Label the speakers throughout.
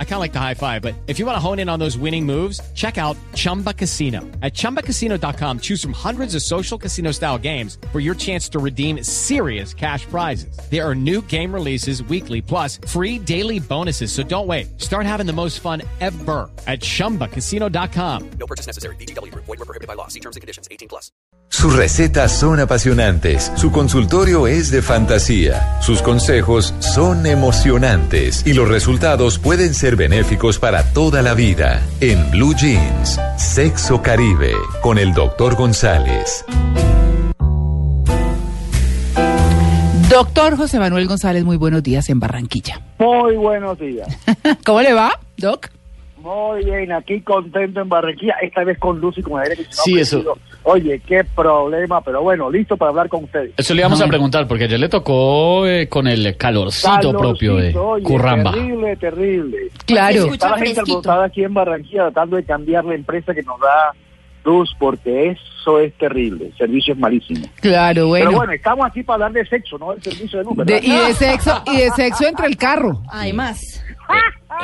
Speaker 1: I kind of like the high five, but if you want to hone in on those winning moves, check out Chumba Casino. At chumbacasino.com, choose from hundreds of social casino style games for your chance to redeem serious cash prizes. There are new game releases weekly, plus free daily bonuses. So don't wait. Start having the most fun ever at chumbacasino.com.
Speaker 2: No purchase necessary. BGW. Void were prohibited by law. See terms and conditions. 18 plus.
Speaker 3: Sus recetas son apasionantes, su consultorio es de fantasía, sus consejos son emocionantes y los resultados pueden ser benéficos para toda la vida. En Blue Jeans, Sexo Caribe, con el doctor González.
Speaker 4: Doctor José Manuel González, muy buenos días en Barranquilla.
Speaker 5: Muy buenos días.
Speaker 4: ¿Cómo le va, Doc?
Speaker 5: Muy bien, aquí contento en Barranquilla, esta vez con luz y con aire. acondicionado
Speaker 6: Sí, eso.
Speaker 5: prendido. Oye, qué problema, pero bueno, listo para hablar con ustedes.
Speaker 6: Eso le íbamos a preguntar, porque ayer le tocó eh, con el calorcito propio de
Speaker 5: Calorcito, oye,
Speaker 6: Curramba.
Speaker 5: Terrible, terrible.
Speaker 4: Claro.
Speaker 5: Está la gente alborotada aquí en Barranquilla tratando de cambiar la empresa que nos da luz, porque eso es terrible, el servicio es malísimo.
Speaker 4: Claro,
Speaker 5: Pero
Speaker 4: bueno.
Speaker 5: bueno, estamos aquí para hablar de sexo, no del servicio de luz, ¿verdad?
Speaker 4: De- y de sexo, y de sexo entre el carro.
Speaker 7: Además,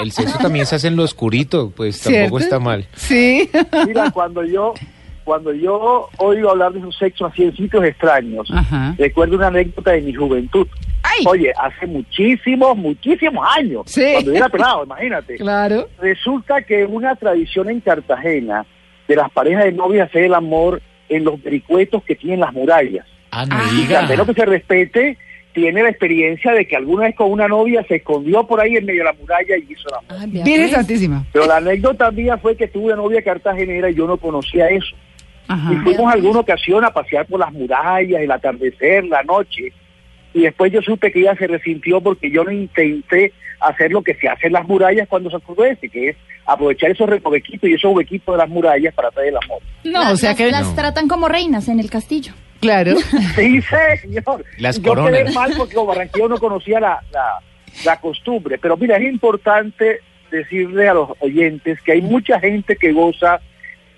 Speaker 8: El sexo también se hace en lo oscurito, pues
Speaker 4: ¿Cierto?
Speaker 8: tampoco está mal.
Speaker 4: Sí.
Speaker 5: Mira, cuando yo cuando yo oigo hablar de su sexo así en sitios extraños,
Speaker 4: Ajá.
Speaker 5: recuerdo una anécdota de mi juventud.
Speaker 4: Ay.
Speaker 5: Oye, hace muchísimos, muchísimos años,
Speaker 4: Sí.
Speaker 5: cuando yo era pelado, imagínate.
Speaker 4: Claro.
Speaker 5: Resulta que una tradición en Cartagena de las parejas de novias hacer el amor en los vericuetos que tienen las murallas.
Speaker 6: Ah, no
Speaker 4: Ah.
Speaker 6: diga.
Speaker 5: De lo que se respete, tiene la experiencia de que alguna vez con una novia se escondió por ahí en medio de la muralla y hizo el amor.
Speaker 7: ah, vea,
Speaker 4: Viene
Speaker 7: pues,
Speaker 4: Santísima.
Speaker 5: Pero la anécdota mía fue que tuve una novia cartagenera y yo no conocía eso.
Speaker 4: Ajá.
Speaker 5: Y fuimos alguna ocasión a pasear por las murallas, el atardecer, la noche. Y después yo supe que ella se resintió porque yo no intenté hacer lo que se hace en las murallas cuando se oscurece, que es aprovechar esos recovequitos y esos huequitos de las murallas para hacer el amor.
Speaker 4: No,
Speaker 7: las-
Speaker 4: o sea que.
Speaker 7: Las, las tratan como reinas en el castillo.
Speaker 4: Claro.
Speaker 5: Sí, señor.
Speaker 8: Las
Speaker 5: yo quedé
Speaker 8: coronas.
Speaker 5: mal porque como barranquillero no conocía la, la, la costumbre. Pero mira, es importante decirle a los oyentes que hay mucha gente que goza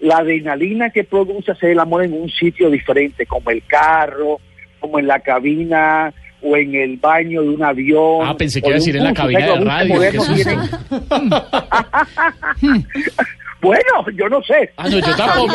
Speaker 5: la adrenalina que produce hacer el amor en un sitio diferente, como el carro, como en la cabina o en el baño de un avión.
Speaker 6: Ah, pensé
Speaker 5: o
Speaker 6: que iba a
Speaker 5: de un
Speaker 6: decir en la
Speaker 5: bus,
Speaker 6: cabina
Speaker 5: o sea,
Speaker 6: de
Speaker 5: los buses
Speaker 6: radio. Hmm. que
Speaker 5: modernos
Speaker 6: susto.
Speaker 5: tienen- Bueno, yo no sé.
Speaker 6: Ah, no, yo tampoco.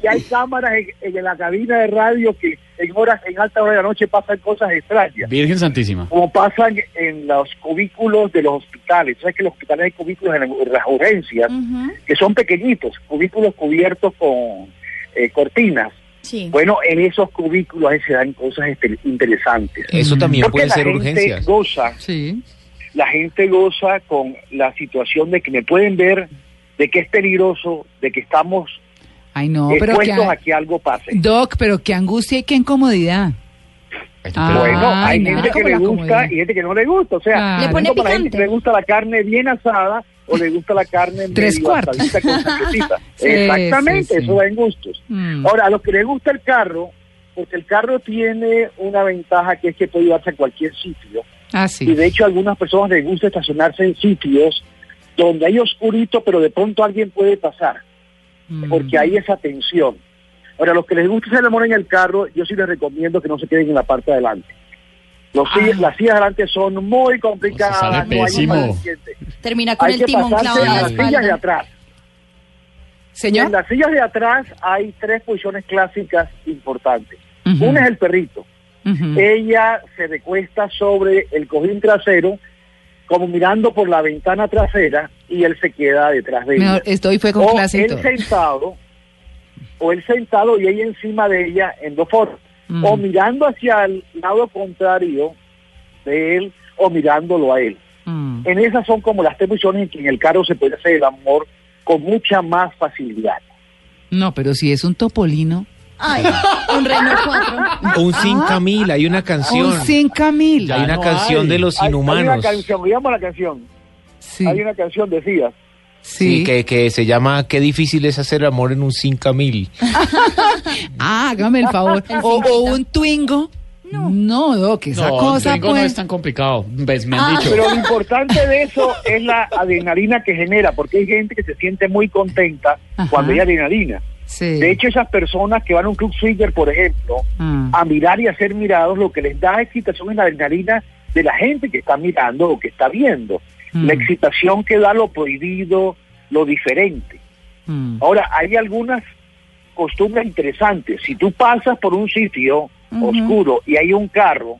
Speaker 5: Si hay cámaras en, en la cabina de radio que en horas, en alta hora de la noche pasan cosas extrañas,
Speaker 6: Virgen Santísima.
Speaker 5: como pasan en los cubículos de los hospitales. Sabes que en los hospitales hay cubículos en la- en las urgencias
Speaker 7: Ujú,
Speaker 5: que son pequeñitos, cubículos cubiertos con eh, cortinas.
Speaker 7: Sí.
Speaker 5: Bueno, en esos cubículos ahí se dan cosas este- interesantes.
Speaker 8: Eso también
Speaker 5: Porque
Speaker 8: puede
Speaker 5: la
Speaker 8: Eh, ser
Speaker 5: gente
Speaker 8: urgencias.
Speaker 5: goza
Speaker 4: Sí.
Speaker 5: la gente goza con la situación de que me pueden ver, de que es peligroso, de que estamos
Speaker 4: Ay, no, pero qué.
Speaker 5: expuestos
Speaker 4: a-
Speaker 5: a que algo pase.
Speaker 4: Doc, pero qué angustia y qué incomodidad. Ah,
Speaker 5: Bueno, hay
Speaker 4: no,
Speaker 5: gente que
Speaker 4: como
Speaker 5: le
Speaker 4: la
Speaker 5: gusta
Speaker 4: comodidad.
Speaker 5: y gente que no le gusta. O sea,
Speaker 4: Claro.
Speaker 7: Le pone
Speaker 5: tanto para la gente
Speaker 7: picante.
Speaker 5: que le gusta la carne bien asada o le gusta la carne
Speaker 4: Tres
Speaker 5: medio
Speaker 4: cuartos.
Speaker 5: asadita con salsita.
Speaker 4: Sí,
Speaker 5: Exactamente,
Speaker 4: sí, sí.
Speaker 5: eso va en gustos.
Speaker 4: Mm.
Speaker 5: Ahora, a los que les gusta el carro, porque el carro tiene una ventaja que es que puede llevarse a cualquier sitio.
Speaker 4: Ah,
Speaker 5: Y
Speaker 4: sí.
Speaker 5: de hecho a algunas personas les gusta estacionarse en sitios donde hay oscurito, pero de pronto alguien puede pasar,
Speaker 4: Mm.
Speaker 5: porque hay esa tensión. Ahora, los que les gusta hacer el amor en el carro, yo sí les recomiendo que no se queden en la parte de adelante. Los sillas- las sillas delante son muy complicadas.
Speaker 6: O sea, sale
Speaker 5: no hay
Speaker 6: pésimo.
Speaker 5: un suficiente.
Speaker 7: Termina con
Speaker 5: Hay
Speaker 7: el
Speaker 5: que
Speaker 7: timón
Speaker 5: pasarse
Speaker 7: clavado en
Speaker 5: a
Speaker 7: la
Speaker 5: las sillas de
Speaker 7: espalda.
Speaker 5: atrás. En
Speaker 4: Señor.
Speaker 5: las sillas de atrás hay tres posiciones clásicas importantes.
Speaker 4: Ujú.
Speaker 5: Una es el perrito. Eh,
Speaker 4: Ujú.
Speaker 5: Ella se recuesta sobre el cojín trasero, como mirando por la ventana trasera, y él se queda detrás de ella.
Speaker 4: Mejor, estoy fue con
Speaker 5: o
Speaker 4: clase y
Speaker 5: eh, oh, él
Speaker 4: todo.
Speaker 5: sentado, o él sentado y ella encima de ella en dos formas.
Speaker 4: Mm.
Speaker 5: O mirando hacia el lado contrario de él, o mirándolo a él.
Speaker 4: Mm.
Speaker 5: En esas son como las tres posiciones en que en el carro se puede hacer el amor con mucha más facilidad.
Speaker 4: No, pero si es un topolino.
Speaker 7: Ay, un Renault 4.
Speaker 8: Un sin Camila, hay una canción.
Speaker 4: Ah, Un cinco mil.
Speaker 8: Hay
Speaker 6: Ya
Speaker 8: una
Speaker 6: no
Speaker 8: canción
Speaker 6: hay.
Speaker 8: de los
Speaker 5: Ah, Hay- Hay una
Speaker 8: inhumanos.
Speaker 5: canción, digamos la canción.
Speaker 4: Sí.
Speaker 5: Hay una canción, decías.
Speaker 8: Sí,
Speaker 4: Sí.
Speaker 8: que, que se llama Qué difícil es hacer amor en un sin Camil.
Speaker 4: Ah, hágame el favor.
Speaker 7: El
Speaker 4: o,
Speaker 7: cinquita.
Speaker 4: o un twingo. No, no, que esa
Speaker 6: No,
Speaker 4: cosa
Speaker 6: Ringo no
Speaker 4: pues-
Speaker 6: es tan complicado. Ves, me han
Speaker 7: Ah.
Speaker 6: dicho.
Speaker 5: Pero lo importante de eso es la adrenalina que genera, porque hay gente que se siente muy contenta
Speaker 4: Ajá.
Speaker 5: cuando hay adrenalina.
Speaker 4: Sí.
Speaker 5: De hecho, esas personas que van a un club swinger, por ejemplo,
Speaker 4: Mm.
Speaker 5: a mirar y a ser mirados, lo que les da excitación es la adrenalina de la gente que está mirando o que está viendo.
Speaker 4: Mm.
Speaker 5: La excitación que da lo prohibido, lo diferente.
Speaker 4: Mm.
Speaker 5: Ahora, hay algunas costumbres interesantes. Si tú pasas por un sitio oscuro y hay un carro,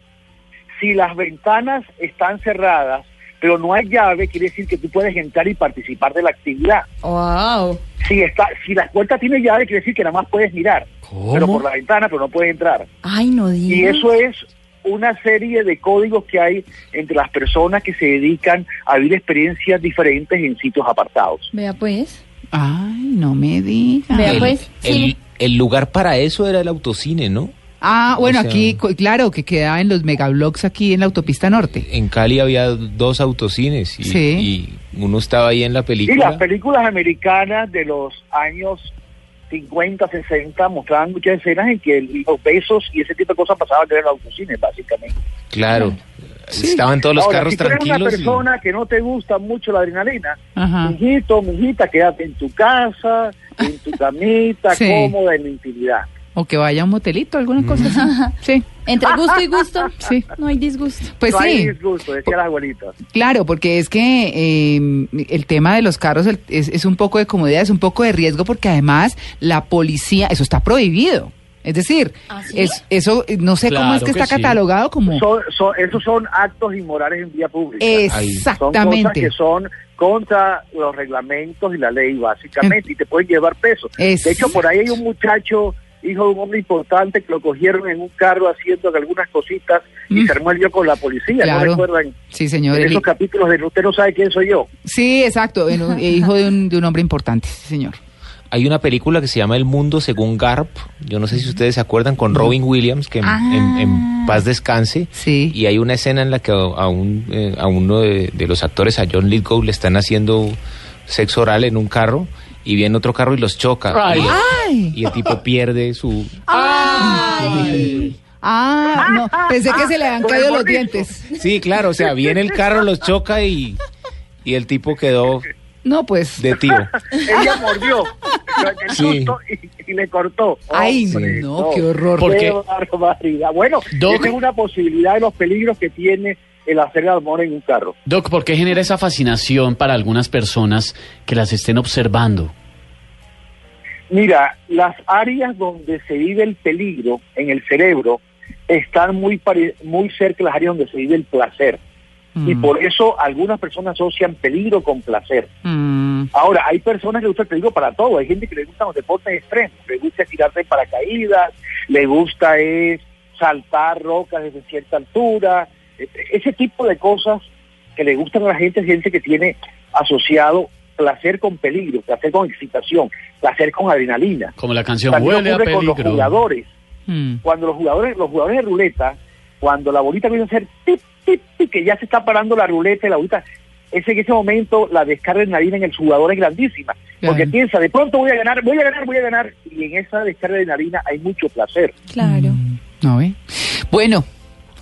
Speaker 5: si las ventanas están cerradas, pero no hay llave, quiere decir que tú puedes entrar y participar de la actividad.
Speaker 7: Wow.
Speaker 5: Si está, si la puerta tiene llave, quiere decir que nada más puedes mirar,
Speaker 6: ¿Cómo?
Speaker 5: pero por la ventana, pero no puedes entrar.
Speaker 7: Ay, no
Speaker 5: Y
Speaker 7: digas.
Speaker 5: eso es una serie de códigos que hay entre las personas que se dedican a vivir experiencias diferentes en sitios apartados.
Speaker 7: Vea pues.
Speaker 4: Ay, no me digas.
Speaker 7: Vea
Speaker 8: El,
Speaker 7: pues.
Speaker 8: el-
Speaker 7: Sí.
Speaker 8: el lugar para eso era el autocine, ¿no?
Speaker 4: Ah, bueno,
Speaker 8: O sea-
Speaker 4: aquí, co- claro, que quedaba en los megablocks aquí en la autopista norte.
Speaker 8: En Cali había dos autocines y,
Speaker 4: Sí.
Speaker 8: y uno estaba ahí en la
Speaker 5: Y
Speaker 8: película.
Speaker 5: las películas americanas de los años 50, 60 mostraban muchas escenas en que el- los besos y ese tipo de cosas pasaban de los autocines, básicamente.
Speaker 8: Claro. Estaban todos los
Speaker 5: Ahora,
Speaker 8: carros
Speaker 5: si tú eres
Speaker 8: tranquilos.
Speaker 5: una
Speaker 8: y-
Speaker 5: persona que no te gusta mucho la adrenalina,
Speaker 4: Ajá.
Speaker 5: mijito, mijita, quédate en tu casa, en tu camita,
Speaker 4: Sí.
Speaker 5: cómoda, en la intimidad.
Speaker 4: O que vaya a un motelito, alguna cosa así. Sí.
Speaker 7: Entre gusto y gusto,
Speaker 4: Sí.
Speaker 7: no hay disgusto.
Speaker 4: Pues
Speaker 5: no hay
Speaker 4: sí,
Speaker 5: disgusto, decía las abuelitas.
Speaker 4: claro, porque es que eh, el tema de los carros el- es, es un poco de comodidad, es un poco de riesgo, porque además la policía, eso está prohibido. Es decir,
Speaker 7: ¿Ah, sí?
Speaker 4: es, eso eh, no sé cómo es
Speaker 6: Claro
Speaker 4: que está
Speaker 6: que sí.
Speaker 4: catalogado como...
Speaker 5: Son- son- esos son actos inmorales en vía pública. Son cosas
Speaker 4: Exactamente.
Speaker 5: que son contra los reglamentos y la ley, básicamente, y te pueden llevar preso. De hecho, por ahí hay un muchacho, hijo de un hombre importante, que lo cogieron en un carro haciendo algunas cositas y
Speaker 4: Mm.
Speaker 5: se armó el lío con la policía. ¿No
Speaker 4: Claro.
Speaker 5: recuerdan
Speaker 4: Sí, señor.
Speaker 5: en
Speaker 4: el-
Speaker 5: esos capítulos de Usted no sabe quién soy yo?
Speaker 4: Sí, exacto, en un- eh, hijo de un, de un hombre importante, sí, señor.
Speaker 8: Hay una película que se llama El Mundo según Garp. Yo no sé si ustedes se acuerdan con Robin Williams, que en,
Speaker 7: Ah.
Speaker 8: en- en paz descanse.
Speaker 4: Sí.
Speaker 8: Y hay una escena en la que a, a un, eh, a uno de, de los actores, a John Lithgow, le están haciendo sexo oral en un carro y viene otro carro y los choca.
Speaker 6: Ay.
Speaker 8: Y, el-
Speaker 4: Ay.
Speaker 8: y el tipo pierde su...
Speaker 4: Ah, no, pensé que se le habían
Speaker 5: Por el
Speaker 4: caído los
Speaker 5: mordisco.
Speaker 4: dientes.
Speaker 8: Sí, claro, o sea, viene el carro, los choca y, y el tipo quedó
Speaker 4: No, pues.
Speaker 8: de tío.
Speaker 5: Ella mordió el
Speaker 8: Sí.
Speaker 5: susto y, y le cortó.
Speaker 4: Ay,
Speaker 5: Hombre,
Speaker 4: no, qué horror.
Speaker 6: Por-
Speaker 5: Qué
Speaker 6: Porque-
Speaker 5: barbaridad. Bueno,
Speaker 6: Doc-
Speaker 5: esa es una posibilidad de los peligros que tiene el hacer el amor en un carro.
Speaker 6: Doc, ¿por qué genera esa fascinación para algunas personas que las estén observando?
Speaker 5: Mira, las áreas donde se vive el peligro en el cerebro están muy, pare- muy cerca de las áreas donde se vive el placer. Y
Speaker 4: Mm.
Speaker 5: por eso algunas personas asocian peligro con placer.
Speaker 4: Mm,
Speaker 5: Ahora, hay personas que le gusta el peligro para todo. Hay gente que le gustan los deportes extremos. Le gusta tirarse en paracaídas, le gusta es saltar rocas desde cierta altura. E- Ese tipo de cosas que le gustan a la gente es gente que tiene asociado placer con peligro, placer con excitación, placer con adrenalina.
Speaker 6: Como la canción
Speaker 5: También
Speaker 6: Huele a
Speaker 5: ocurre con los
Speaker 6: Peligro.
Speaker 5: jugadores.
Speaker 4: mm.
Speaker 5: Cuando los jugadores, los jugadores de ruleta, cuando la bolita viene a hacer tip, tip, tip, que ya se está parando la ruleta y la bolita, es en ese momento la descarga de adrenalina en el jugador es grandísima. Porque
Speaker 4: Claro.
Speaker 5: piensa, de pronto voy a ganar, voy a ganar, voy a ganar. Y en esa descarga de adrenalina hay mucho placer.
Speaker 7: Claro.
Speaker 4: No, ¿eh? Bueno,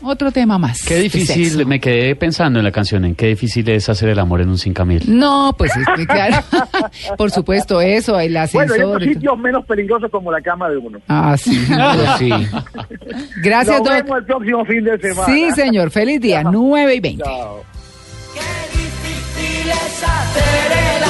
Speaker 4: otro tema más.
Speaker 6: Qué
Speaker 4: El
Speaker 6: difícil,
Speaker 4: sexo.
Speaker 6: me quedé pensando en la canción, en qué difícil es hacer el amor en un 5000.
Speaker 4: No, pues es que, claro. Por supuesto, eso, el
Speaker 5: Bueno,
Speaker 4: ascensor.
Speaker 5: hay otros
Speaker 4: y todo.
Speaker 5: sitios menos peligrosos como la cama de uno.
Speaker 4: Ah, sí.
Speaker 8: Pero sí.
Speaker 4: Gracias,
Speaker 5: Nos
Speaker 4: Doc.
Speaker 5: vemos el próximo fin de semana.
Speaker 4: Sí, señor. Feliz día, 9 y 20.
Speaker 5: Chao.
Speaker 9: Qué difícil es hacer el